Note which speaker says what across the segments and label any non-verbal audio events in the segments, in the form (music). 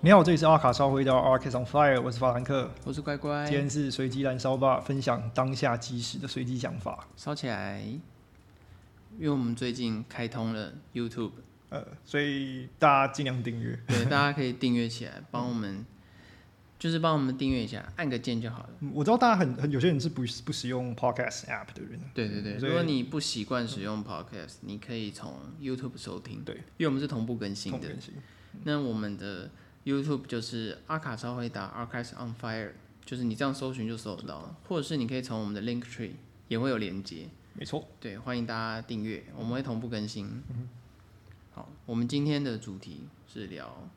Speaker 1: 你好，这里是阿卡烧回到 a r c a s on Fire，我是法兰克。
Speaker 2: 我是乖乖
Speaker 1: 今，天是随机燃烧吧，分享当下即时的随机想法。
Speaker 2: 烧起来。因为我们最近开通了 YouTube，
Speaker 1: 呃，所以大家尽量订阅。
Speaker 2: 对，大家可以订阅起来，帮我们，就是帮我们订阅一下，按个键就好了。
Speaker 1: 嗯我知道大家很很有些人是不不使用 Podcast App 的人，
Speaker 2: 对对对，
Speaker 1: 所以
Speaker 2: 嗯如果你不习惯使用 Podcast，你可以从 YouTube 收听，
Speaker 1: 对，
Speaker 2: 因为我们是同步更新
Speaker 1: 痛
Speaker 2: 的。
Speaker 1: 更新。
Speaker 2: 那我们的 YouTube 就是阿卡超回答 Archives on Fire，就是你这样搜寻就搜得到了，或者是你可以从我们的 Link Tree 也会有连接。
Speaker 1: 没错，
Speaker 2: 对，欢迎大家订阅，我们会同步更新。
Speaker 1: 嗯
Speaker 2: 好，我们今天的主题是聊，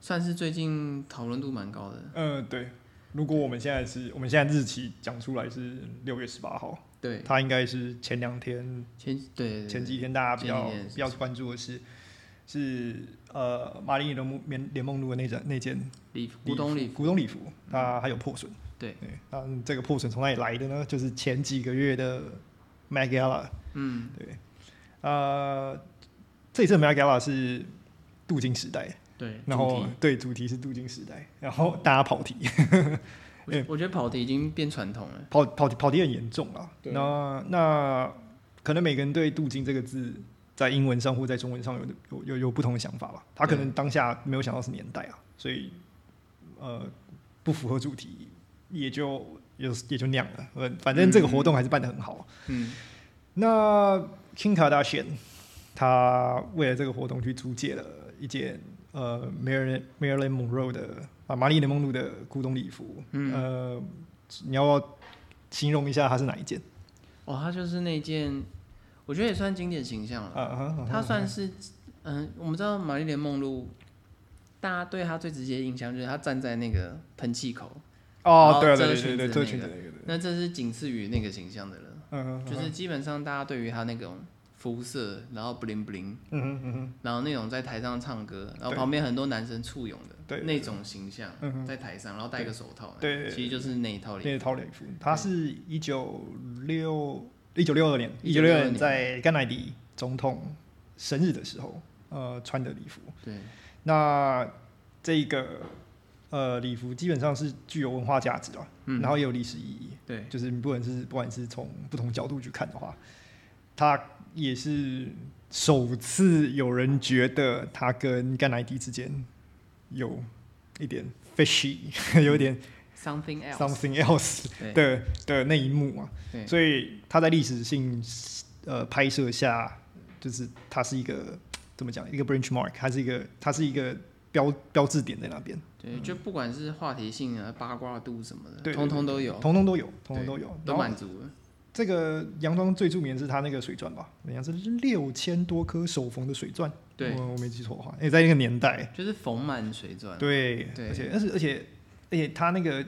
Speaker 2: 算是最近讨论度蛮高的。
Speaker 1: 嗯、对。如果我们现在是，我们现在日期讲出来是六月十八号，
Speaker 2: 对，
Speaker 1: 它应该是前两天
Speaker 2: 前对对对
Speaker 1: 前几天大家比较
Speaker 2: 前几天
Speaker 1: 比较关注的是，是呃马里联盟联联盟路的那件那件
Speaker 2: 礼服股东礼服，
Speaker 1: 股东礼服，它还有破损。
Speaker 2: 对
Speaker 1: 对，那这个破损从哪里来的呢？就是前几个月的 Met Gala，
Speaker 2: 嗯，
Speaker 1: 呃，这一次的 Met Gala 是镀金时代，
Speaker 2: 对，
Speaker 1: 然
Speaker 2: 主
Speaker 1: 后
Speaker 2: 题
Speaker 1: 对主题是镀金时代，然后大家跑题，
Speaker 2: 我我觉得跑题已经变传统了。
Speaker 1: 跑跑跑题很严重啊。
Speaker 2: 欸对
Speaker 1: 那那可能每个人对“镀金”这个字在英文上或在中文上有有有有不同的想法吧。他可能当下没有想到是年代啊，所以呃不符合主题，也就也也就那样了。呃反正这个活动还是办得很好。啊
Speaker 2: 嗯，
Speaker 1: 那 Kim Kardashian 他为了这个活动去租借了一件呃 Marilyn Marilyn Monroe 的啊玛丽莲梦露的古董礼服。
Speaker 2: 嗯
Speaker 1: 呃，你要不要形容一下它是哪一件？
Speaker 2: 哦，他就是那件，我觉得也算经典形象了。
Speaker 1: 啊啊
Speaker 2: 他算是，嗯，我们知道玛丽莲梦露，大家对他最直接的印象就是他站在那个喷气口，
Speaker 1: 哦，对
Speaker 2: 然后
Speaker 1: 对
Speaker 2: 遮
Speaker 1: 对
Speaker 2: 裙
Speaker 1: 对对，
Speaker 2: 子
Speaker 1: 遮
Speaker 2: 那
Speaker 1: 裙子
Speaker 2: 个
Speaker 1: 那个，对
Speaker 2: 那这是仅次于那个形象的了。
Speaker 1: 嗯，嗯
Speaker 2: 就是基本上大家对于他那种肤色，然后 bling bling，
Speaker 1: 嗯嗯嗯
Speaker 2: 然后那种在台上唱歌，然后
Speaker 1: 对
Speaker 2: 旁边很多男生簇拥
Speaker 1: 对
Speaker 2: 的那种形象
Speaker 1: 嗯，哼
Speaker 2: 在台上，然后戴个手套，
Speaker 1: 对对对
Speaker 2: 其实就是那一套
Speaker 1: 嗯，
Speaker 2: 脸。
Speaker 1: 那套礼服，它是一九六一九六二年，一九六
Speaker 2: 1962
Speaker 1: 二年
Speaker 2: 年
Speaker 1: 在甘乃迪总统生日的时候，呃，穿的礼服。
Speaker 2: 对，
Speaker 1: 那这个呃礼服基本上是具有文化价值的，啊
Speaker 2: 嗯
Speaker 1: 然后也有历史意义。
Speaker 2: 对，
Speaker 1: 就是你不管是不管是从不同角度去看的话，它也是首次有人觉得它跟甘乃迪之间有一点
Speaker 2: (laughs)
Speaker 1: fishy，有点
Speaker 2: something 嗯 else，
Speaker 1: something else
Speaker 2: 对
Speaker 1: 的的那一幕啊，
Speaker 2: 对
Speaker 1: 所以它在历史性呃拍摄下，就是它是一个怎么讲一个 benchmark，它是一个它是一个标标志点在那边。
Speaker 2: 对，就不管是话题性啊、八卦度什么
Speaker 1: 对
Speaker 2: 的，通通都有，
Speaker 1: 通通都有，通通
Speaker 2: 对
Speaker 1: 都有，
Speaker 2: 都
Speaker 1: 然后
Speaker 2: 满足了。
Speaker 1: 这个洋装最著名的是它那个水钻吧，好像是六千多颗手缝的水钻，
Speaker 2: 对
Speaker 1: 我我没记错的话，也、在那个年代，
Speaker 2: 就是缝满水钻，
Speaker 1: 对，
Speaker 2: 嗯对
Speaker 1: 而且而且而且而且它那个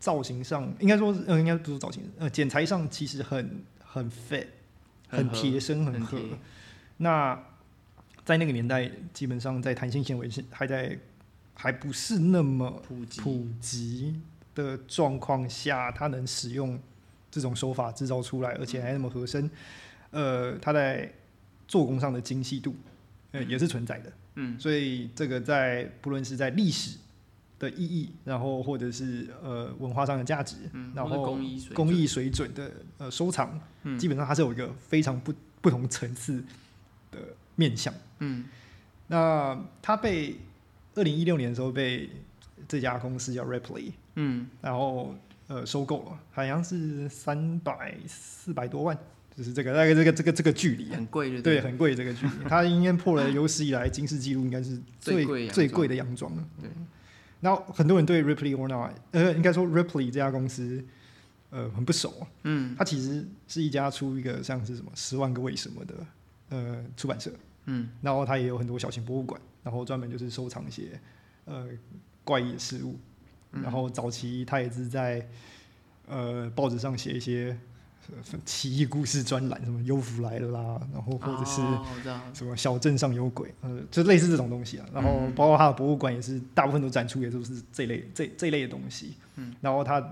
Speaker 1: 造型上，应该说是呃，应该不是造型，呃，剪裁上其实很很 fit，很
Speaker 2: 很合
Speaker 1: 贴身，很
Speaker 2: 很
Speaker 1: 合。
Speaker 2: 贴
Speaker 1: 那在那个年代，基本上在弹性纤维是还在还不是那么
Speaker 2: 普及。
Speaker 1: 普及的状况下，它能使用这种手法制造出来，而且还那么合身，呃，它在做工上的精细度，呃，也是存在的。
Speaker 2: 嗯，
Speaker 1: 所以这个在不论是在历史的意义，然后或者是呃文化上的价值，
Speaker 2: 嗯，
Speaker 1: 然
Speaker 2: 或是
Speaker 1: 后
Speaker 2: 工艺水
Speaker 1: 工
Speaker 2: 准
Speaker 1: 艺水准的呃收藏，
Speaker 2: 嗯
Speaker 1: 基本上它是有一个非常不不同层次的面向。
Speaker 2: 嗯，
Speaker 1: 那它被二零一六年的时候被这家公司叫 Ripley，
Speaker 2: 嗯，
Speaker 1: 然后呃收购了，好像是三百四百多万，就是这个大概这个这个这个距离啊，
Speaker 2: 很贵就
Speaker 1: 对，
Speaker 2: 了，
Speaker 1: 很贵这个距离，它应该破了有史以来金氏纪录，应该是最
Speaker 2: 最贵洋装
Speaker 1: 最贵的洋装了。
Speaker 2: 对
Speaker 1: 嗯，然后很多人对 Ripley or not，呃，应该说 Ripley 这家公司。呃，很不熟啊。
Speaker 2: 嗯
Speaker 1: 它其实是一家出一个像是什么《十万个为什么》的呃出版社，
Speaker 2: 嗯，
Speaker 1: 然后它也有很多小型博物馆，然后专门就是收藏一些呃怪异的事物。
Speaker 2: 嗯
Speaker 1: 然后早期它也是在呃报纸上写一些呃奇异故事专栏，什么幽浮来了啦，然后或者是
Speaker 2: 哦我知道
Speaker 1: 什么小镇上有鬼，呃，就类似这种东西啊。然后包括它的博物馆也是大部分都展出，也都是这类这这类的东西。
Speaker 2: 嗯，
Speaker 1: 然后它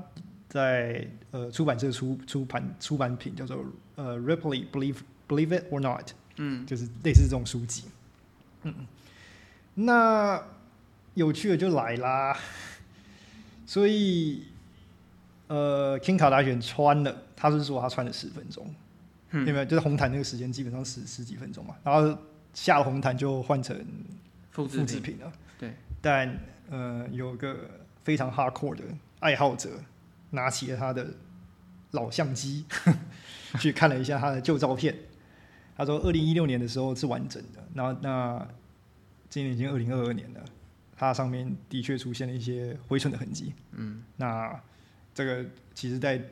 Speaker 1: 在呃出版社出出版出版品叫做呃 Ripley Believe Believe It or Not。
Speaker 2: 嗯
Speaker 1: 就是类似这种书籍。嗯，那有趣的就来啦。所以，呃，King 卡达选穿了，他是说他穿了十分钟，
Speaker 2: 嗯
Speaker 1: 有没有？就是红毯那个时间基本上十十几分钟嘛，然后下了红毯就换成
Speaker 2: 复制
Speaker 1: 复制
Speaker 2: 品，
Speaker 1: 品了。
Speaker 2: 对，
Speaker 1: 但呃，有个非常 hardcore 的爱好者拿起了他的老相机， (laughs) 去看了一下他的旧照片。他说，二零一六年的时候是完整的，然后那今年已经二零二二年了，它上面的确出现了一些灰尘的痕迹。嗯，那这个其实在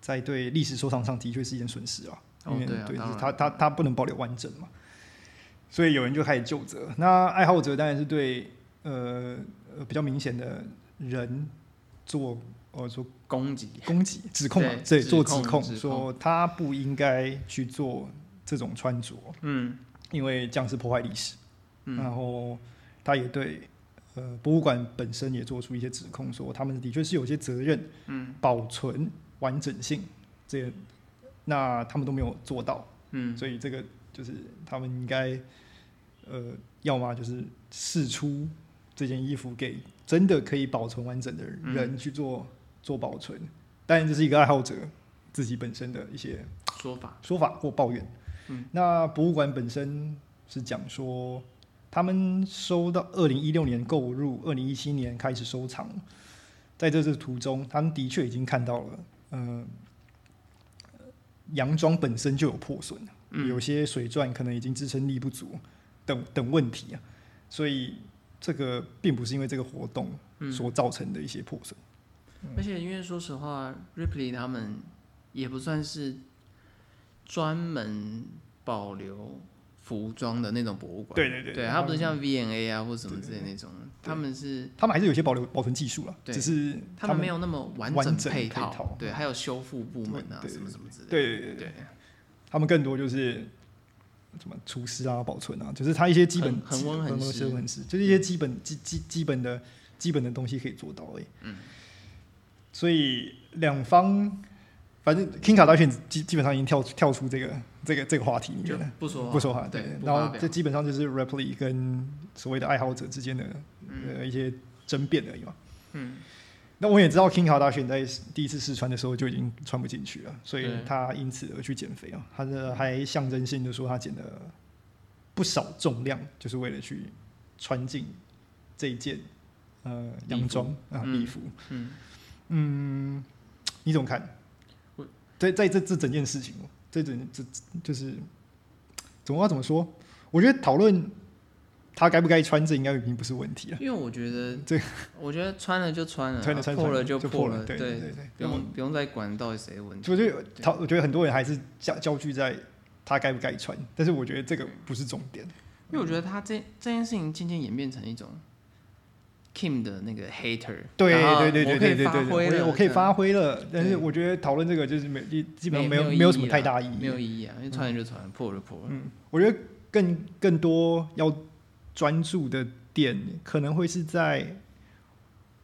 Speaker 1: 在对历史收藏上的确是一件损失啊，
Speaker 2: 哦
Speaker 1: 因为
Speaker 2: 对啊当然
Speaker 1: 它它它不能保留完整嘛，所以有人就开始就责。那爱好者当然是对呃呃比较明显的人做呃做
Speaker 2: 攻击，
Speaker 1: 攻击指控嘛，对，
Speaker 2: 对
Speaker 1: 做
Speaker 2: 指控
Speaker 1: 指控
Speaker 2: 指控
Speaker 1: 说他不应该去做这种穿着，
Speaker 2: 嗯
Speaker 1: 因为这样是破坏历史。
Speaker 2: 嗯
Speaker 1: 然后他也对呃博物馆本身也做出一些指控，说他们的确是有些责任
Speaker 2: 嗯
Speaker 1: 保存完整性，这些那他们都没有做到，
Speaker 2: 嗯，
Speaker 1: 所以这个就是他们应该呃，要么就是试出这件衣服给真的可以保存完整的
Speaker 2: 嗯
Speaker 1: 人去做、做保存，当然这是一个爱好者自己本身的一些
Speaker 2: 说法，
Speaker 1: 说法或抱怨。
Speaker 2: 嗯
Speaker 1: 那博物馆本身是讲说，他们收到二零一六年购入，二零一七年开始收藏，在这次途中，他们的确已经看到了，呃，洋装本身就有破损，
Speaker 2: 嗯
Speaker 1: 有些水钻可能已经支撑力不足等等问题啊，所以这个并不是因为这个活动
Speaker 2: 嗯，
Speaker 1: 所造成的一些破损。
Speaker 2: 而且因为说实话，Ripley 他们也不算是专门保留服装的那种博物馆，
Speaker 1: 对对对
Speaker 2: 对，
Speaker 1: 他
Speaker 2: 它不是
Speaker 1: 们
Speaker 2: 像 V&A 啊或什么之类
Speaker 1: 对
Speaker 2: 那种，他们是
Speaker 1: 他们还是有些保留保存技术了，
Speaker 2: 对
Speaker 1: 只是
Speaker 2: 他们没有那么完
Speaker 1: 完整
Speaker 2: 配
Speaker 1: 配套嗯
Speaker 2: 对，还有修复部门啊
Speaker 1: 对对
Speaker 2: 什么什么之类的，
Speaker 1: 对对对对
Speaker 2: 对，
Speaker 1: 他们更多就是什么厨师啊、保存啊，就是他一些基本
Speaker 2: 很很温很湿
Speaker 1: 很湿，就是一些基本基基基本的基本的东西可以做到而已。嗯，所以两方反正 King 卡大选基基本上已经跳跳出这个这个这个话题里
Speaker 2: 就
Speaker 1: 面了。
Speaker 2: 不说
Speaker 1: 不说话，
Speaker 2: 对，不
Speaker 1: 然
Speaker 2: 发
Speaker 1: 后
Speaker 2: 表
Speaker 1: 这基本上就是 Rapley 跟所谓的爱好者之间的、呃一些争辩而已嘛。
Speaker 2: 嗯
Speaker 1: 那我也知道 King 卡大选在第一次试穿的时候就已经穿不进去了，所以
Speaker 2: 对
Speaker 1: 他因此而去减肥啊。他的还象征性的说他减了不少重量，就是为了去穿进这一件呃
Speaker 2: 衣服
Speaker 1: 洋装啊
Speaker 2: 嗯
Speaker 1: 衣服。 (laughs)
Speaker 2: 嗯，
Speaker 1: 嗯，你怎么看
Speaker 2: 我？
Speaker 1: 在在这这整件事情，这整这这就是怎么要怎么说？我觉得讨论他该不该穿，这应该已经不是问题了。
Speaker 2: 因为我觉得
Speaker 1: 这
Speaker 2: 我觉得穿了就穿了啊，
Speaker 1: 穿了穿
Speaker 2: 破了
Speaker 1: 就
Speaker 2: 破
Speaker 1: 了，对对
Speaker 2: 对，
Speaker 1: 对。
Speaker 2: 不
Speaker 1: 然后
Speaker 2: 用不用再管到底谁的问
Speaker 1: 嗯
Speaker 2: 题，
Speaker 1: 我觉得他，我觉得很多人还是焦焦聚在他该不该穿，但是我觉得这个不是重点。
Speaker 2: 因为我觉得他这这件事情渐渐演变成一种 Kim 的那个 hater，
Speaker 1: 对
Speaker 2: 然后
Speaker 1: 对对对对对
Speaker 2: 我可以
Speaker 1: 对
Speaker 2: 发挥
Speaker 1: 对，
Speaker 2: 了，
Speaker 1: 我可以发挥了，
Speaker 2: 对
Speaker 1: 但是我觉得讨论这个就是没基本上没
Speaker 2: 没没有
Speaker 1: 有
Speaker 2: 意义
Speaker 1: 没有什么
Speaker 2: 啦
Speaker 1: 太大意
Speaker 2: 这
Speaker 1: 义
Speaker 2: 样，没有意义啊，因为穿了就穿了，破了就破了，
Speaker 1: 嗯，我觉得更更多要专注的点，可能会是在，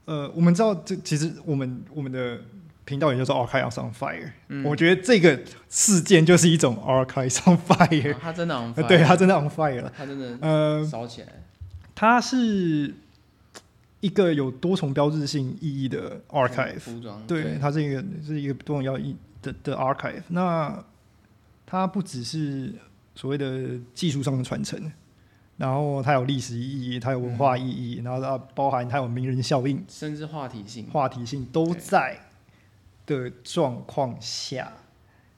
Speaker 1: 呃，我们知道这其实我们我们的频道也叫做 Archives on Fire，、
Speaker 2: 嗯
Speaker 1: 我觉得这个事件就是一种 Archives on
Speaker 2: 啊
Speaker 1: Fire，、
Speaker 2: 他真的
Speaker 1: (laughs)
Speaker 2: on
Speaker 1: 对啊
Speaker 2: fire，
Speaker 1: 它真的 on fire 了。
Speaker 2: 他真的
Speaker 1: 呃，(laughs)
Speaker 2: 烧起来，
Speaker 1: 它是一个有多重标志性意义的 archive，
Speaker 2: 服装，
Speaker 1: 对，它是一个是一个重要一的的 archive。那它不只是所谓的技术上的传承，然后它有历史意义，它有文化意义，然后它包含它有名人效应、
Speaker 2: 甚至话题性，
Speaker 1: 话题性都在的状况下，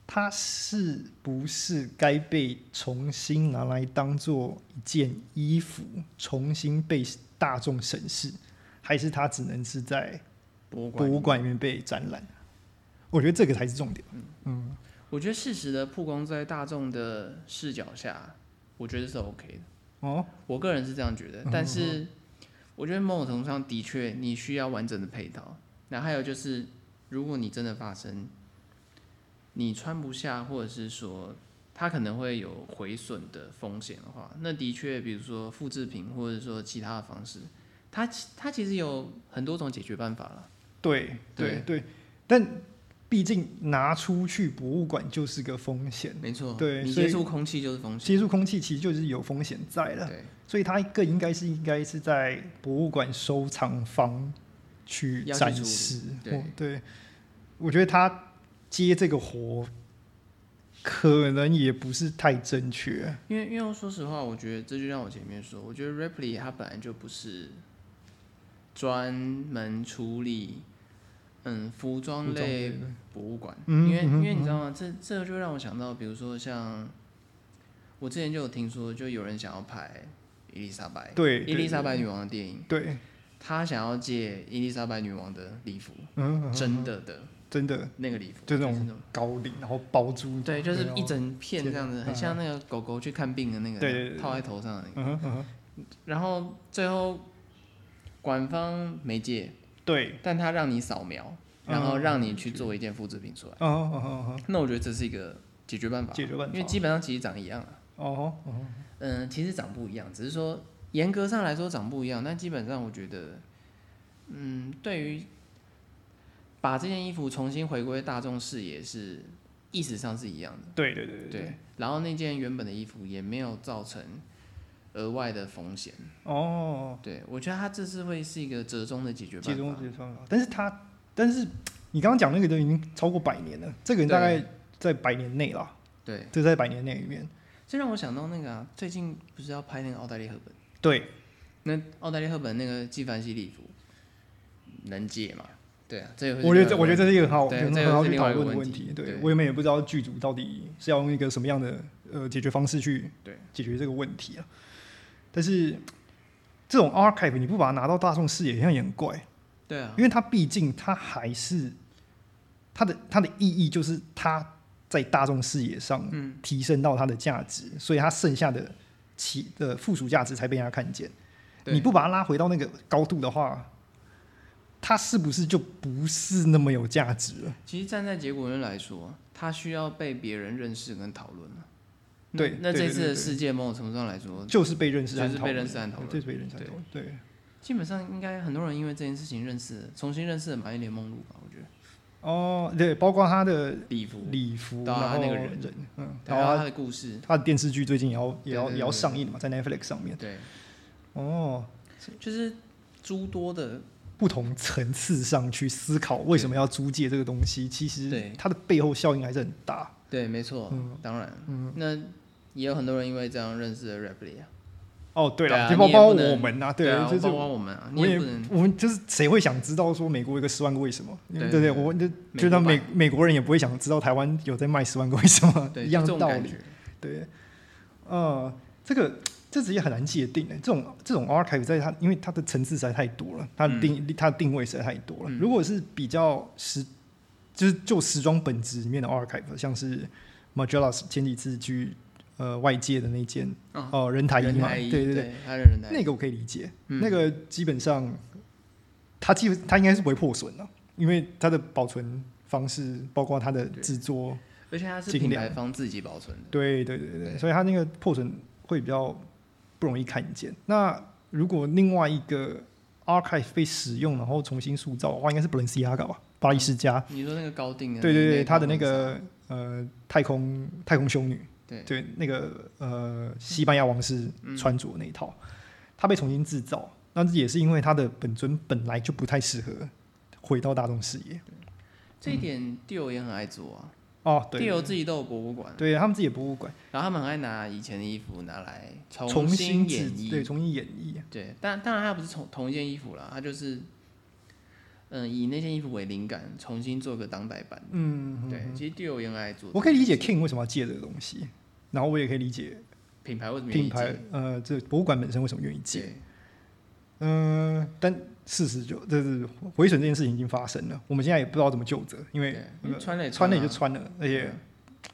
Speaker 1: 它是不是该被重新拿来当做一件衣服，重新被大众审视，还是它只能是在？
Speaker 2: 博物
Speaker 1: 博
Speaker 2: 馆
Speaker 1: 物馆里面被展览。我觉得这个才是重点。
Speaker 2: 我觉得事实的曝光在大众的视角下，我觉得是 OK 的。
Speaker 1: 哦，
Speaker 2: 我个人是这样觉得，但是我觉得某种程度上的确你需要完整的配套。那还有就是，如果你真的发生你穿不下，或者是说它可能会有毁损的风险的话，那的确，比如说复制品或者说其他的方式，它其它其实有很多种解决办法了。
Speaker 1: 对对对，但毕竟拿出去博物馆就是个风险，
Speaker 2: 没错，
Speaker 1: 对
Speaker 2: 你
Speaker 1: 所以
Speaker 2: 接触空气就是风险，
Speaker 1: 接触空气其实就是有风险在了，
Speaker 2: 对，
Speaker 1: 所以它更应该是应该是在博物馆收藏方去
Speaker 2: 要去
Speaker 1: 展
Speaker 2: 处理
Speaker 1: 示，
Speaker 2: 对
Speaker 1: 或对，我觉得他接这个活可能也不是太正确，
Speaker 2: 因为因为说实话，我觉得这就像我前面说，我觉得 Ripley 他本来就不是专门处理嗯服装类博物馆，
Speaker 1: 嗯
Speaker 2: 因为
Speaker 1: 嗯
Speaker 2: 因为你知道吗？这这就让我想到，比如说像我之前就有听说，就有人想要拍伊丽莎白，
Speaker 1: 对
Speaker 2: 伊丽莎
Speaker 1: 白
Speaker 2: 白女王的电影，
Speaker 1: 对，
Speaker 2: 他想要借伊丽莎白女王的礼服，
Speaker 1: 嗯，
Speaker 2: 真的的
Speaker 1: 真的
Speaker 2: 那个礼服，
Speaker 1: 就那
Speaker 2: 是
Speaker 1: 种高领，然后包住，
Speaker 2: 对，就是
Speaker 1: 然后嗯
Speaker 2: 一整片这样子，很像那个狗狗去看病的那个
Speaker 1: 对对对
Speaker 2: 套在头上的那个。
Speaker 1: 嗯哼嗯哼，
Speaker 2: 然后最后官方没借，
Speaker 1: 对，
Speaker 2: 但他让你扫描，
Speaker 1: 嗯
Speaker 2: 然后让你去做一件复制品出来。
Speaker 1: 哦哦哦
Speaker 2: 那我觉得这是一个解决办法，
Speaker 1: 解决办法
Speaker 2: 因为基本上其实长一样啊。
Speaker 1: 哦哦哦，
Speaker 2: 嗯、其实长不一样，只是说严格上来说长不一样，但基本上我觉得，嗯，对于把这件衣服重新回归大众视野是意识上是一样的。
Speaker 1: 对对对
Speaker 2: 对，然后那件原本的衣服也没有造成额外的风险。
Speaker 1: 哦。
Speaker 2: 对我觉得它这是会是一个折中的解决
Speaker 1: 解
Speaker 2: 办
Speaker 1: 中
Speaker 2: 法。
Speaker 1: 解方法。但是他，但是你刚刚讲那个都已经超过百年了，这个人大概在百年内啦，
Speaker 2: 对，
Speaker 1: 这在百年内里面，
Speaker 2: 这让我想到那个啊，最近不是要拍那个奥黛丽·赫本？
Speaker 1: 对，
Speaker 2: 那奥黛丽·赫本那个纪梵希礼服能借吗？对啊，这也会是
Speaker 1: 我觉得这
Speaker 2: 另
Speaker 1: 我
Speaker 2: 外
Speaker 1: 觉得
Speaker 2: 一个
Speaker 1: 这是一个很好
Speaker 2: 对
Speaker 1: 很
Speaker 2: 这个
Speaker 1: 很好
Speaker 2: 是
Speaker 1: 去
Speaker 2: 另
Speaker 1: 讨
Speaker 2: 外一个
Speaker 1: 论的
Speaker 2: 问
Speaker 1: 问
Speaker 2: 题
Speaker 1: 题。对
Speaker 2: 对
Speaker 1: 我也没也不知道剧组到底是要用一个什么样的呃解决方式去
Speaker 2: 对
Speaker 1: 解决这个问题啊。但是这种 archive 你不把它拿到大众视野，好像也很怪。
Speaker 2: 对啊，
Speaker 1: 因为它毕竟它还是它的它的意义就是它在大众视野上
Speaker 2: 嗯
Speaker 1: 提升到它的价值，所以它剩下的其的附属价值才被人家看见。
Speaker 2: 对
Speaker 1: 你不把它拉回到那个高度的话，它是不是就不是那么有价值了？
Speaker 2: 其实站在结果论来说，它需要被别人认识跟讨论啊那
Speaker 1: 对
Speaker 2: 那
Speaker 1: 对
Speaker 2: 这
Speaker 1: 对
Speaker 2: 次
Speaker 1: 对
Speaker 2: 的
Speaker 1: 对
Speaker 2: 事件某种程度上来说，
Speaker 1: 就是被认识和
Speaker 2: 嗯就是
Speaker 1: 讨论
Speaker 2: 被认识和讨论
Speaker 1: 就是被认识和讨论。对，
Speaker 2: 基本上应该很多人因为这件事情认识，重新认识了《马丽莲梦露》吧？我觉得
Speaker 1: 哦，对，包括他的
Speaker 2: 礼服，
Speaker 1: 礼服，
Speaker 2: 到
Speaker 1: 然
Speaker 2: 他
Speaker 1: 后
Speaker 2: 啊那个人
Speaker 1: 嗯，
Speaker 2: 对
Speaker 1: 然后
Speaker 2: 还有
Speaker 1: 他
Speaker 2: 她的故事，
Speaker 1: 他的电视剧最近也要也要
Speaker 2: 对对对
Speaker 1: 也要
Speaker 2: 对
Speaker 1: 上映嘛，在 Netflix 上面。
Speaker 2: 对，
Speaker 1: 哦，
Speaker 2: 就是诸多的
Speaker 1: 不同层次上去思考为什么要租借这个东西，其实
Speaker 2: 对
Speaker 1: 它的背后效应还是很大。
Speaker 2: 对，没错，
Speaker 1: 嗯
Speaker 2: 当然，那也有很多人因为这样认识了 Ripley 啊，
Speaker 1: 哦，对了，
Speaker 2: 啊
Speaker 1: 就包
Speaker 2: 你也
Speaker 1: 括
Speaker 2: 不能
Speaker 1: 我们啊，
Speaker 2: 对啊，
Speaker 1: 就是
Speaker 2: 包括我们啊，你
Speaker 1: 我也
Speaker 2: 不能，
Speaker 1: 我们就是谁会想知道说美国有个十万个为什么？
Speaker 2: 对
Speaker 1: 对
Speaker 2: 对
Speaker 1: 对，我就
Speaker 2: 美
Speaker 1: 就像
Speaker 2: 国版
Speaker 1: 美美国人也不会想知道台湾有在卖十万个为什么
Speaker 2: 对，
Speaker 1: 一
Speaker 2: 就
Speaker 1: 样
Speaker 2: 这
Speaker 1: 的
Speaker 2: 种
Speaker 1: 道
Speaker 2: 感
Speaker 1: 理。
Speaker 2: 觉，
Speaker 1: 对，呃，这个这职业很难界定的。欸这种这种 archive 在它，因为它的层次实在太多了，它的定、它的定位实在太多了。
Speaker 2: 嗯
Speaker 1: 如果是比较时，就是就时装本质里面的 archive，像是 Magellas 前几次去呃外界的那件
Speaker 2: 啊
Speaker 1: 哦、人台衣
Speaker 2: 人
Speaker 1: 嘛，
Speaker 2: 台一，
Speaker 1: 对对对，
Speaker 2: 对，还有人台
Speaker 1: 那
Speaker 2: 一，
Speaker 1: 个我可以理解，
Speaker 2: 嗯
Speaker 1: 那个基本上它基本它应该是不会破损的、因为它的保存方式，包括它的
Speaker 2: 对
Speaker 1: 制作。
Speaker 2: 而且它是
Speaker 1: 精
Speaker 2: 品
Speaker 1: 良
Speaker 2: 牌方自己保存的，
Speaker 1: 对对对对，
Speaker 2: 对
Speaker 1: 所以它那个破损会比较不容易看见。那如果另外一个 archive 被使用，然后重新塑造的话，应该是 Balenciaga 吧，巴黎世家。
Speaker 2: 你说那个高定的，
Speaker 1: 对对对，
Speaker 2: 它
Speaker 1: 它的那，个呃太空太空修女，
Speaker 2: 对
Speaker 1: 对那个呃西班牙王室穿着那一套，它被重新制造，那也是因为它的本尊本来就不太适合回到大众视野。
Speaker 2: 这一点 Dior 也很爱做啊
Speaker 1: 哦，对
Speaker 2: ，Dior 自己都有博物馆啊，
Speaker 1: 对他们自己的博物馆
Speaker 2: 然后他们很爱拿以前的衣服拿来
Speaker 1: 重
Speaker 2: 新
Speaker 1: 新
Speaker 2: 演
Speaker 1: 制对
Speaker 2: 绎，
Speaker 1: 重新演绎。
Speaker 2: 对，但当然它不是同同一件衣服啦，它就是。嗯，以那件衣服为灵感，重新做个当代版。
Speaker 1: 嗯，
Speaker 2: 对，其实 Dior 也很爱做这件事情。
Speaker 1: 我可以理解 King 为什么要借这个东西，然后我也可以理解
Speaker 2: 品牌为什么愿意
Speaker 1: 品牌
Speaker 2: 借
Speaker 1: 呃这博物馆本身为什么愿意借。
Speaker 2: 对
Speaker 1: 嗯、但事实就这是毁损这件事情已经发生了，我们现在也不知道怎么救责，因为
Speaker 2: 对因为穿了也
Speaker 1: 穿了也
Speaker 2: 啊
Speaker 1: 就穿了，而
Speaker 2: 对
Speaker 1: 且
Speaker 2: 啊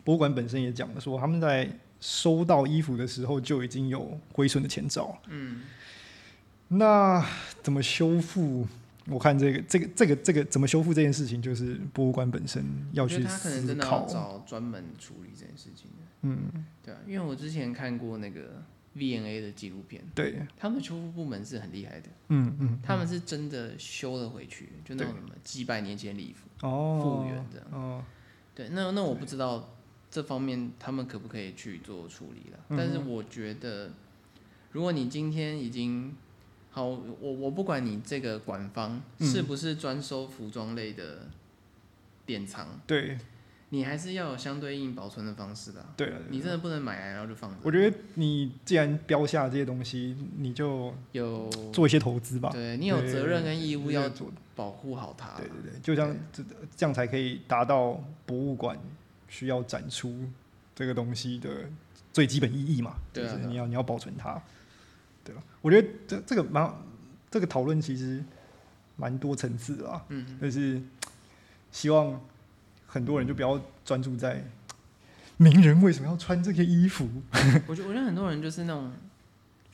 Speaker 1: 博物馆本身也讲了说他们在收到衣服的时候就已经有毁损的前兆。
Speaker 2: 嗯，
Speaker 1: 那怎么修复？我看这个这个这个这个怎么修复这件事情，就是博物馆本身要
Speaker 2: 我觉
Speaker 1: 去
Speaker 2: 得他可能
Speaker 1: 思
Speaker 2: 真的要
Speaker 1: 考。
Speaker 2: 找专门处理这件事情的。
Speaker 1: 嗯，
Speaker 2: 对啊，因为我之前看过那个 VNA 的纪录片，
Speaker 1: 对，
Speaker 2: 他们修复部门是很厉害的，
Speaker 1: 嗯嗯，
Speaker 2: 他们是真的修了回去，就那种什么几百年前的礼服
Speaker 1: 哦
Speaker 2: 复，原这样。
Speaker 1: 哦，
Speaker 2: 对，那那我不知道这方面他们可不可以去做处理了。
Speaker 1: 嗯
Speaker 2: 但是我觉得，如果你今天已经好，我我不管你这个馆方
Speaker 1: 嗯
Speaker 2: 是不是专收服装类的典藏，
Speaker 1: 对
Speaker 2: 你还是要有相对应保存的方式的啊、
Speaker 1: 对了，对
Speaker 2: 你真的不能买来然后就放着。
Speaker 1: 我觉得你既然标下这些东西，你就
Speaker 2: 有，
Speaker 1: 做一些投资吧。
Speaker 2: 对你有责任跟义务要
Speaker 1: 做，
Speaker 2: 保护好它。
Speaker 1: 对对对，就像这这样才可以达到博物馆需要展出这个东西的最基本意义嘛。
Speaker 2: 对啊
Speaker 1: 就是
Speaker 2: 对啊
Speaker 1: 你要你要保存它，对吧？我觉得这这个蛮这个讨论其实蛮多层次的啊，
Speaker 2: 嗯，
Speaker 1: 但是希望很多人就不要专注在名人为什么要穿这些衣服，
Speaker 2: (laughs) 我觉我觉得很多人就是那种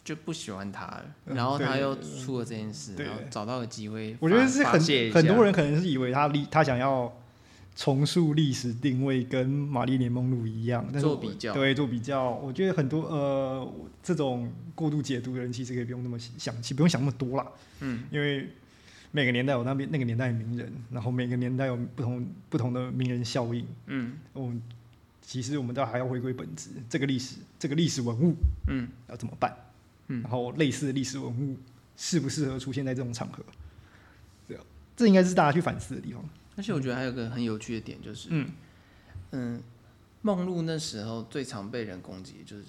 Speaker 2: 就不喜欢他了，
Speaker 1: 嗯
Speaker 2: 然后他
Speaker 1: 对
Speaker 2: 又
Speaker 1: 对对
Speaker 2: 出了这件事，
Speaker 1: 对
Speaker 2: 然后找到个机会发，
Speaker 1: 我觉得是
Speaker 2: 发
Speaker 1: 很
Speaker 2: 泄一下
Speaker 1: 很多人可能是以为他历他想要重塑历史定位，跟玛丽莲梦露一样，但是
Speaker 2: 做
Speaker 1: 我
Speaker 2: 比较
Speaker 1: 对做比较，我觉得很多呃我这种过度解读的人其实可以不用那么想，其不用想那么多啦，
Speaker 2: 嗯，
Speaker 1: 因为每个年代有那边那个年代的名人，然后每个年代有不同不同的名人效应，
Speaker 2: 嗯
Speaker 1: 我们其实我们都还要回归本质，这个历史这个历史文物
Speaker 2: 嗯
Speaker 1: 要怎么办？
Speaker 2: 嗯
Speaker 1: 然后类似的历史文物适不适合出现在这种场合？对啊，这应该是大家去反思的地方。
Speaker 2: 而且我觉得还有个很有趣的点就是，
Speaker 1: 嗯
Speaker 2: 嗯，梦露那时候最常被人攻击就是。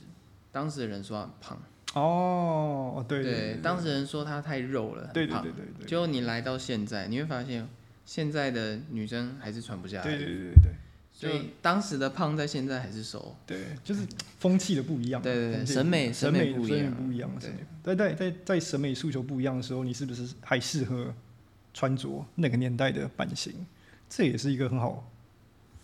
Speaker 2: 当时的人说她很胖，
Speaker 1: 哦，对对，
Speaker 2: 当时人说她太肉了，
Speaker 1: 对对
Speaker 2: 很胖
Speaker 1: 对对对，
Speaker 2: 结果你来到现在，你会发现现在的女生还是穿不下
Speaker 1: 对
Speaker 2: 来，
Speaker 1: 对对
Speaker 2: 所以当时的胖在现在还是瘦，
Speaker 1: 对对，就是风气的不一样。
Speaker 2: 对对对
Speaker 1: 风气
Speaker 2: 审美
Speaker 1: 审
Speaker 2: 审美不
Speaker 1: 不
Speaker 2: 一
Speaker 1: 一
Speaker 2: 样
Speaker 1: 不一样。
Speaker 2: 对
Speaker 1: 审美在在在在审美诉求不一样的时候，你是不是还适合穿着那个年代的版型？这也是一个很好，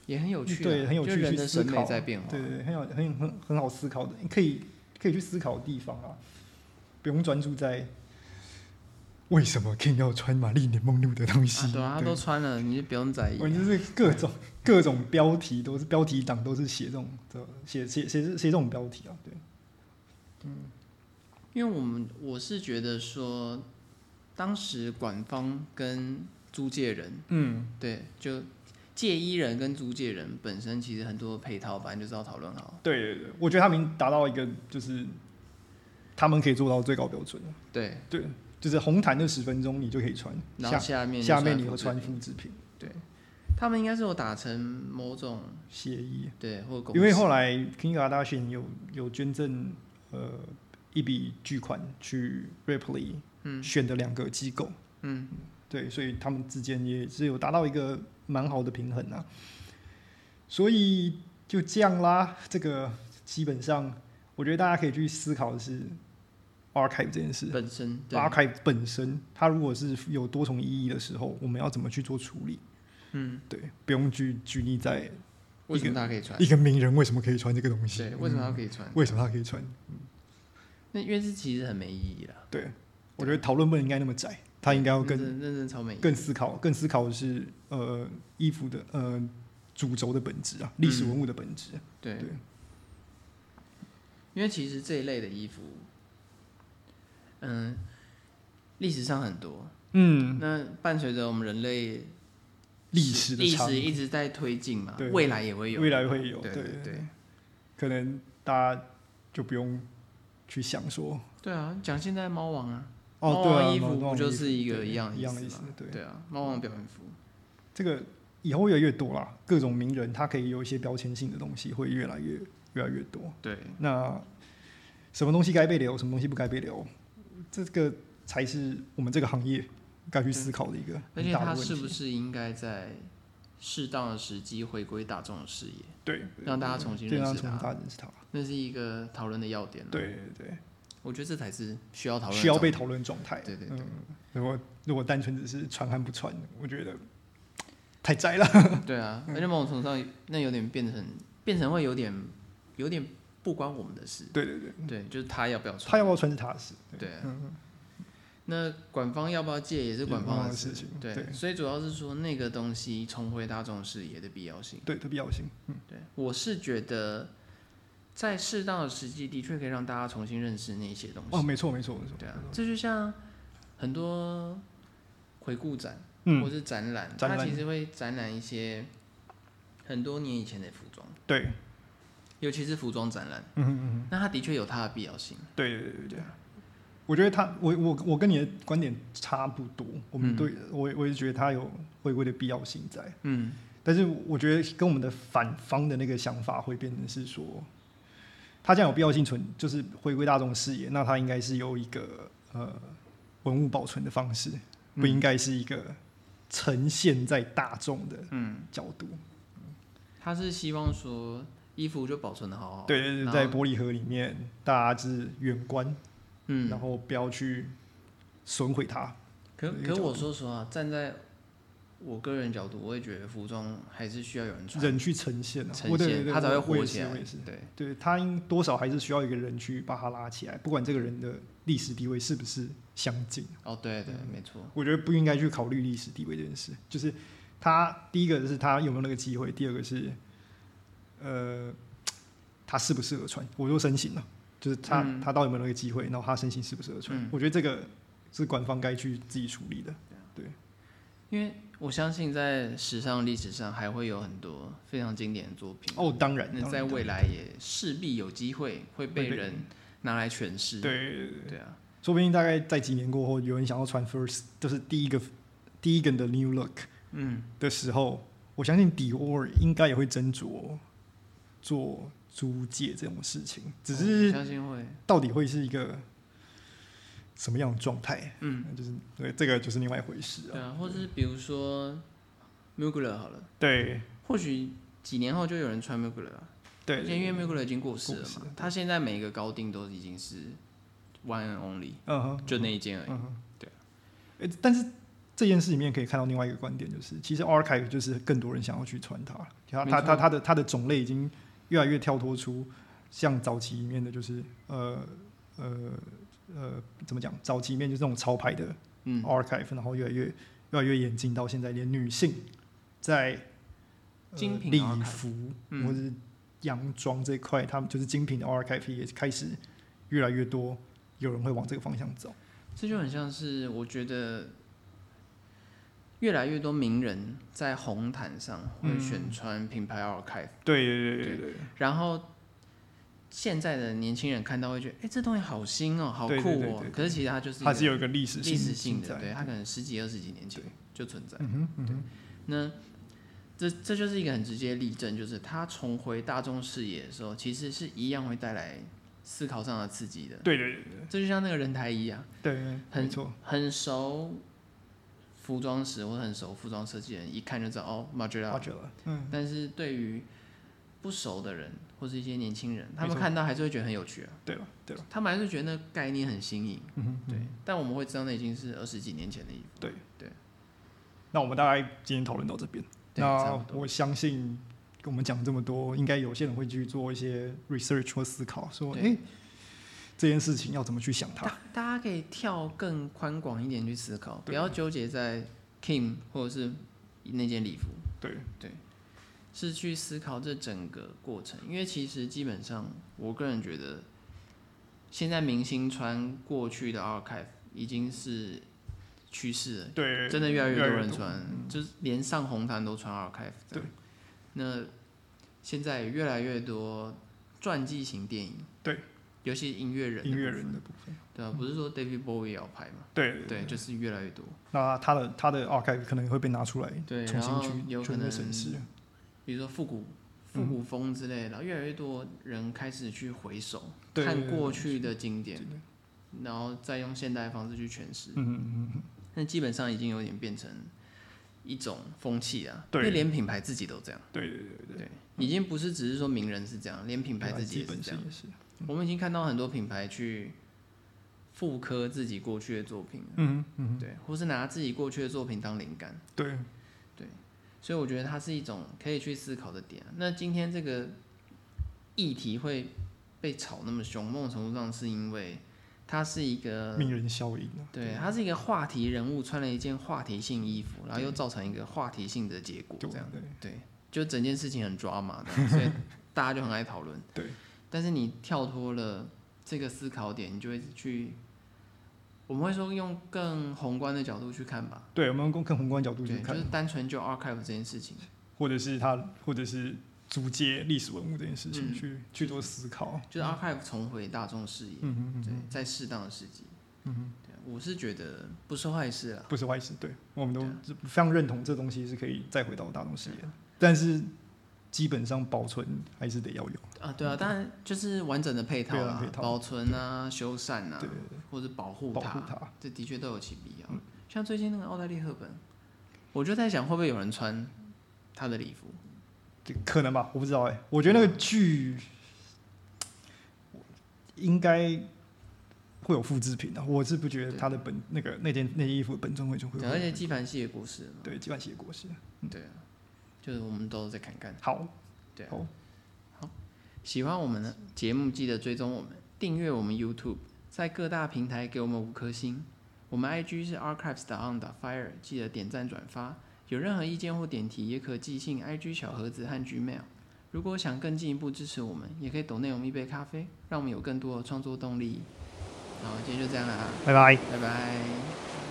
Speaker 2: 也很有趣啊，
Speaker 1: 嗯对，很有
Speaker 2: 就
Speaker 1: 趣
Speaker 2: 人
Speaker 1: 去
Speaker 2: 的
Speaker 1: 思
Speaker 2: 审
Speaker 1: 考
Speaker 2: 美，在变化，
Speaker 1: 对对对，很有很很很好思考的，你可以可以去思考的地方啊，不用专注在为什么 King 要穿玛丽莲梦露的东西，
Speaker 2: 啊，对啊，他都穿了，你就不用在意。啊
Speaker 1: 我哦就是各种 (laughs) 各种标题都是标题党都是写这种这写写写写这种标题啊，对，
Speaker 2: 因为我们我是觉得说，当时管方跟租借人，
Speaker 1: 嗯，
Speaker 2: 对，就借衣人跟租借人本身其实很多配套，反正就是要讨论好。
Speaker 1: 对对对，我觉得他们已经达到一个就是他们可以做到最高标准了，
Speaker 2: 对，
Speaker 1: 对，就是红毯那十分钟你就可以穿，
Speaker 2: 然后
Speaker 1: 下
Speaker 2: 下面就
Speaker 1: 下面你
Speaker 2: 复
Speaker 1: 会
Speaker 2: 制
Speaker 1: 穿
Speaker 2: 品，
Speaker 1: 复制品
Speaker 2: 他们应该是有达成某种
Speaker 1: 协议。
Speaker 2: 对或共识
Speaker 1: 因为后来 King Kardashian 有有捐赠呃一笔巨款去 Ripley
Speaker 2: 嗯
Speaker 1: 选的两个机构，
Speaker 2: 嗯
Speaker 1: 对，所以他们之间也是有达到一个蛮好的平衡啊。所以就这样啦，这个基本上我觉得大家可以去思考的是 archive 这件事。
Speaker 2: 本身对
Speaker 1: archive 本身，它如果是有多重意义的时候，我们要怎么去做处理？
Speaker 2: 嗯，
Speaker 1: 对，不用拘拘泥在
Speaker 2: 为什么他可以穿？
Speaker 1: 一个名人为什么可以穿这个东西，嗯
Speaker 2: 对，为什么他可以穿？
Speaker 1: 为什么他可以穿？
Speaker 2: 那因为这其实很没意义啦。
Speaker 1: 对，我觉得讨论不应该那么窄，它应该要更
Speaker 2: 认真认真超美。
Speaker 1: 更思考，更思考的是呃衣服的呃主轴的本质
Speaker 2: 嗯
Speaker 1: 啊，历史文物的本质。
Speaker 2: 对
Speaker 1: 对
Speaker 2: 因为其实这一类的衣服，嗯，历史上很多。
Speaker 1: 嗯，
Speaker 2: 那伴随着我们人类
Speaker 1: 历史的
Speaker 2: 历
Speaker 1: 长
Speaker 2: 史一直在推进嘛
Speaker 1: 对，
Speaker 2: 未来也会有，
Speaker 1: 未来会有，
Speaker 2: 对
Speaker 1: 对
Speaker 2: 对对
Speaker 1: 可能大家就不用去想说
Speaker 2: 对啊，讲现在猫王啊，
Speaker 1: 哦，对
Speaker 2: 猫
Speaker 1: 啊，
Speaker 2: 王衣服
Speaker 1: 那种
Speaker 2: 不就是一个
Speaker 1: 对
Speaker 2: 一样的
Speaker 1: 一
Speaker 2: 意
Speaker 1: 样的
Speaker 2: 思
Speaker 1: 意思
Speaker 2: 吗？？
Speaker 1: 对，
Speaker 2: 对啊，猫王表演服，
Speaker 1: 这个以后越来越多啦，各种名人他可以有一些标签性的东西会越来越越来越多。
Speaker 2: 对，
Speaker 1: 那什么东西该被留，什么东西不该被留，这个才是我们这个行业该去思考的一个
Speaker 2: 嗯而
Speaker 1: 很
Speaker 2: 且
Speaker 1: 大的
Speaker 2: 它
Speaker 1: 问题。
Speaker 2: 是不是应该在适当的时机回归大众的视野，
Speaker 1: 对
Speaker 2: 让大家重新
Speaker 1: 对
Speaker 2: 认
Speaker 1: 让
Speaker 2: 识
Speaker 1: 从
Speaker 2: 它？
Speaker 1: 大家认识它？
Speaker 2: 那是一个讨论的要点了。啊
Speaker 1: 对对
Speaker 2: 我觉得这才是需要讨
Speaker 1: 对，
Speaker 2: 论的重点，
Speaker 1: 需要被讨论状态。
Speaker 2: 对对对
Speaker 1: 嗯，如果如果单纯只是传和不传，我觉得太窄了。
Speaker 2: 对 (laughs) 啊，
Speaker 1: 嗯
Speaker 2: 而且某种程度上，那有点变成变成会有点有点不关我们的事。
Speaker 1: 对对对，
Speaker 2: 对，就是他要不要穿，
Speaker 1: 他要不要穿是他的事。
Speaker 2: 对啊。
Speaker 1: 嗯
Speaker 2: 那管方要不要借也是管方
Speaker 1: 也
Speaker 2: 事
Speaker 1: 是管方的事情
Speaker 2: 对，
Speaker 1: 对
Speaker 2: 所以主要是说那个东西重回大众视野的必要性。
Speaker 1: 嗯对，的必要性。
Speaker 2: 对，我是觉得在适当的时机，的确可以让大家重新认识那些东西。
Speaker 1: 哦，没错没错没错，
Speaker 2: 对啊，这就像很多回顾展、或
Speaker 1: 嗯，
Speaker 2: 是展览，
Speaker 1: 展
Speaker 2: 它
Speaker 1: 览
Speaker 2: 其实会展览一些很多年以前的服装，
Speaker 1: 对，
Speaker 2: 尤其是服装展览。
Speaker 1: 嗯哼嗯哼，
Speaker 2: 那它的确有它的必要性。
Speaker 1: 对对对对对。我觉得他，我我我跟你的观点差不多，我们
Speaker 2: 嗯
Speaker 1: 对、我我也觉得他有回归的必要性在。
Speaker 2: 嗯，
Speaker 1: 但是我觉得跟我们的反方的那个想法会变成是说，它这样有必要性存，就是回归大众视野，那它应该是有一个呃文物保存的方式，
Speaker 2: 嗯
Speaker 1: 不应该是一个呈现在大众的
Speaker 2: 嗯，
Speaker 1: 角度。
Speaker 2: 他是希望说衣服就保存的好好。
Speaker 1: 对对对，
Speaker 2: 然后
Speaker 1: 在玻璃盒里面，大家是远观，
Speaker 2: 嗯，
Speaker 1: 然后不要去损毁它。
Speaker 2: 可
Speaker 1: 一个
Speaker 2: 可
Speaker 1: 角
Speaker 2: 我
Speaker 1: 度
Speaker 2: 说实话，站在我个人角度，我也觉得服装还是需要有人穿，
Speaker 1: 人去呈现啊，
Speaker 2: 呈
Speaker 1: 我对对
Speaker 2: 现
Speaker 1: 对
Speaker 2: 它才会
Speaker 1: 我我也
Speaker 2: 火
Speaker 1: 是
Speaker 2: 起来
Speaker 1: 我也是。。
Speaker 2: 对，
Speaker 1: 对他应多少还是需要一个人去把他拉起来，不管这个人的历史地位是不是相近，
Speaker 2: 哦，对对，
Speaker 1: 嗯
Speaker 2: 没错。
Speaker 1: 我觉得不应该去考虑历史地位这件事。就是他第一个是他有没有那个机会，第二个是呃他适不适合穿。我说身形啊，就是他、
Speaker 2: 嗯
Speaker 1: 他到底有没有那个机会，然后他身形适不适合穿，
Speaker 2: 嗯
Speaker 1: 我觉得这个是官方该去自己处理的。
Speaker 2: 因为我相信在时尚历史上还会有很多非常经典的作品，
Speaker 1: 哦，当然，
Speaker 2: 那
Speaker 1: 当
Speaker 2: 嗯在
Speaker 1: 然
Speaker 2: 未来也势必有机会会被
Speaker 1: 会被
Speaker 2: 人拿来诠释。
Speaker 1: 对对对对
Speaker 2: 对啊，
Speaker 1: 说不定大概在几年过后，有人想要穿 first，就是第一个第一个的 new look
Speaker 2: 嗯，
Speaker 1: 的时候，我相信 Dior 应该也会斟酌做租借这种事情，只
Speaker 2: 我
Speaker 1: 是
Speaker 2: 相信会，
Speaker 1: 到底会是一个什么样的状态，
Speaker 2: 嗯，
Speaker 1: 就是对这个就是另外一回事
Speaker 2: 对
Speaker 1: 啊。
Speaker 2: 啊，或是比如说 Mugler 好了，
Speaker 1: 对
Speaker 2: 或许几年后就有人穿 Mugler 了。
Speaker 1: 对，
Speaker 2: 而
Speaker 1: 对
Speaker 2: 且因为 Mugler 已经过世了
Speaker 1: 过世了
Speaker 2: 嘛，他现在每一个高定都已经是 one and only，
Speaker 1: 嗯哼，
Speaker 2: 就那一件而已。
Speaker 1: 嗯哼，
Speaker 2: 对
Speaker 1: 诶。但是这件事里面可以看到另外一个观点，就是其实 archive 就是更多人想要去穿它，它
Speaker 2: 没
Speaker 1: 它
Speaker 2: 错
Speaker 1: 它它的它的种类已经越来越跳脱出像早期里面的，就是呃呃呃怎么讲？早期里面就是这种潮牌的
Speaker 2: 嗯
Speaker 1: archive，、然后越来越越来越演进到现在，连女性在、呃、
Speaker 2: 精品
Speaker 1: 礼
Speaker 2: archive
Speaker 1: 服、
Speaker 2: 嗯
Speaker 1: 或者是洋装这一块，他们就是精品的 archive 也开始越来越多有人会往这个方向走。
Speaker 2: 这就很像是我觉得越来越多名人在红毯上
Speaker 1: 嗯
Speaker 2: 会选穿品牌 archive，、
Speaker 1: 对对对对
Speaker 2: 然后现在的年轻人看到会觉得，哎、这东西好新哦，好酷哦。
Speaker 1: 对对对对
Speaker 2: 可是其实它就是一
Speaker 1: 它是
Speaker 2: 个
Speaker 1: 有一个历史性
Speaker 2: 历史性
Speaker 1: 在
Speaker 2: 的，对，它可能十几二十几年前就存在。
Speaker 1: 嗯哼嗯哼，
Speaker 2: 那这这就是一个很直接的例证，就是它重回大众视野的时候，其实是一样会带来思考上的刺激的。
Speaker 1: 对对对
Speaker 2: 这就像那个人台一样，
Speaker 1: 对对，
Speaker 2: 很
Speaker 1: 没错，
Speaker 2: 很熟服装史或很熟服装设计的人，一看就知道哦 m a g e l a
Speaker 1: 发觉了，嗯，
Speaker 2: 但是对于不熟的人或是一些年轻人，他
Speaker 1: 没
Speaker 2: 们
Speaker 1: 错
Speaker 2: 看到还是会觉得很有趣啊，
Speaker 1: 对了对了，
Speaker 2: 他们还是觉得那概念很新颖。
Speaker 1: 嗯哼，
Speaker 2: 对，但我们会知道那已经是二十几年前的衣服。
Speaker 1: 对
Speaker 2: 对。
Speaker 1: 那我们大概今天讨论到这边，
Speaker 2: 对差
Speaker 1: 那
Speaker 2: 不多
Speaker 1: 我相信跟我们讲这么多，应该有些人会去做一些 research 或思考，说，
Speaker 2: 对
Speaker 1: 哎，这件事情要怎么去想它？
Speaker 2: 大大家可以跳更宽广一点去思考，
Speaker 1: 对
Speaker 2: 不要纠结在 Kim 或者是那件礼服，
Speaker 1: 对
Speaker 2: 是去思考这整个过程。因为其实基本上，我个人觉得，现在明星穿过去的 archive 已经是趋势了，
Speaker 1: 对，
Speaker 2: 真的越来越多人
Speaker 1: 多
Speaker 2: 穿，就是连上红毯都穿 archive。
Speaker 1: 对，
Speaker 2: 那现在也越来越多传记型电影，
Speaker 1: 对，
Speaker 2: 尤其音乐人的
Speaker 1: 音乐
Speaker 2: 部分
Speaker 1: 人的部分，
Speaker 2: 对啊，不是说 David Bowie 也要拍嘛？
Speaker 1: 对
Speaker 2: 对，，就是越来越多。
Speaker 1: 那他的他的 archive 可能会被拿出来，
Speaker 2: 对
Speaker 1: 重
Speaker 2: 然后
Speaker 1: 新
Speaker 2: 有
Speaker 1: 去
Speaker 2: 可
Speaker 1: 全部
Speaker 2: 能
Speaker 1: 审视，
Speaker 2: 比如说复古、复
Speaker 1: 嗯
Speaker 2: 古风之类的，然后越来越多人开始去回首
Speaker 1: 对
Speaker 2: 看
Speaker 1: 对对
Speaker 2: 过
Speaker 1: 对
Speaker 2: 去的经典
Speaker 1: 对对，
Speaker 2: 然后再用现代的方式去诠释。
Speaker 1: 嗯嗯嗯，
Speaker 2: 那基本上已经有点变成一种风气啊，
Speaker 1: 对
Speaker 2: 因为连品牌自己都这样，
Speaker 1: 对对对对，
Speaker 2: 对，已经不是只是说名人是这样，连品牌自己
Speaker 1: 啊基
Speaker 2: 也是
Speaker 1: 本
Speaker 2: 这
Speaker 1: 上
Speaker 2: 样。
Speaker 1: 也是，
Speaker 2: 我们已经看到很多品牌去复刻自己过去的作品了，
Speaker 1: 嗯嗯，
Speaker 2: 对，或是拿自己过去的作品当灵感。
Speaker 1: 对，
Speaker 2: 所以我觉得它是一种可以去思考的点啊、那今天这个议题会被炒那么凶，某种程度上是因为它是一个，
Speaker 1: 名人效应啊，
Speaker 2: 对，它是一个话题人物穿了一件话题性衣服，然后又造成一个话题性的结果，
Speaker 1: 对
Speaker 2: 这样
Speaker 1: 对
Speaker 2: (laughs) 对，就整件事情很抓马，所以大家就很爱讨论。
Speaker 1: 对，
Speaker 2: 但是你跳脱了这个思考点，你就会去，我们会说用更宏观的角度去看吧，
Speaker 1: 对，我们用更宏观角度去
Speaker 2: 对，就
Speaker 1: 看
Speaker 2: 是，单纯就 archive 这件事情，
Speaker 1: 或者是他，或者是租借历史文物这件事情
Speaker 2: 嗯
Speaker 1: 去去做思考。
Speaker 2: 就是 archive 重回大众视野，
Speaker 1: 嗯嗯
Speaker 2: 对
Speaker 1: 嗯，，
Speaker 2: 在适当的时机，
Speaker 1: 嗯
Speaker 2: 对啊，我是觉得不是坏事啦，
Speaker 1: 不是坏事，对我们都
Speaker 2: 对啊
Speaker 1: 非常认同这东西是可以再回到大众视野的，但是基本上保存还是得要有。
Speaker 2: 啊，对啊，当然就是完整的配套
Speaker 1: 嗯对啊
Speaker 2: 啦，
Speaker 1: 配套
Speaker 2: 保存啊、修缮啊
Speaker 1: 对，对对，
Speaker 2: 或者保护
Speaker 1: 保护，
Speaker 2: 它
Speaker 1: 它。
Speaker 2: 这的确都有其必要。像最近那个奥黛丽·赫本，我就在想会不会有人穿她的礼服？
Speaker 1: 这个可能吧，我不知道哎、我觉得
Speaker 2: 啊
Speaker 1: 那个剧应该会有复制品啊，我是不觉得它的本那个那件那件衣服的本尊会就会
Speaker 2: 对，而且纪梵希也过世了嘛，
Speaker 1: 对，基本上写过是。
Speaker 2: 对啊，就是我们都在看看。
Speaker 1: 好，
Speaker 2: 对啊
Speaker 1: 好，
Speaker 2: 喜欢我们的节目，记得追踪我们，订阅我们 YouTube，在各大平台给我们五颗星。我们 IG 是 archives on the fire，记得点赞转发。有任何意见或点题，也可寄信 IG 小盒子和 Gmail。如果想更进一步支持我们，也可以抖内我们一杯咖啡，让我们有更多的创作动力。好，今天就这样啦，
Speaker 1: 拜拜。
Speaker 2: 拜拜。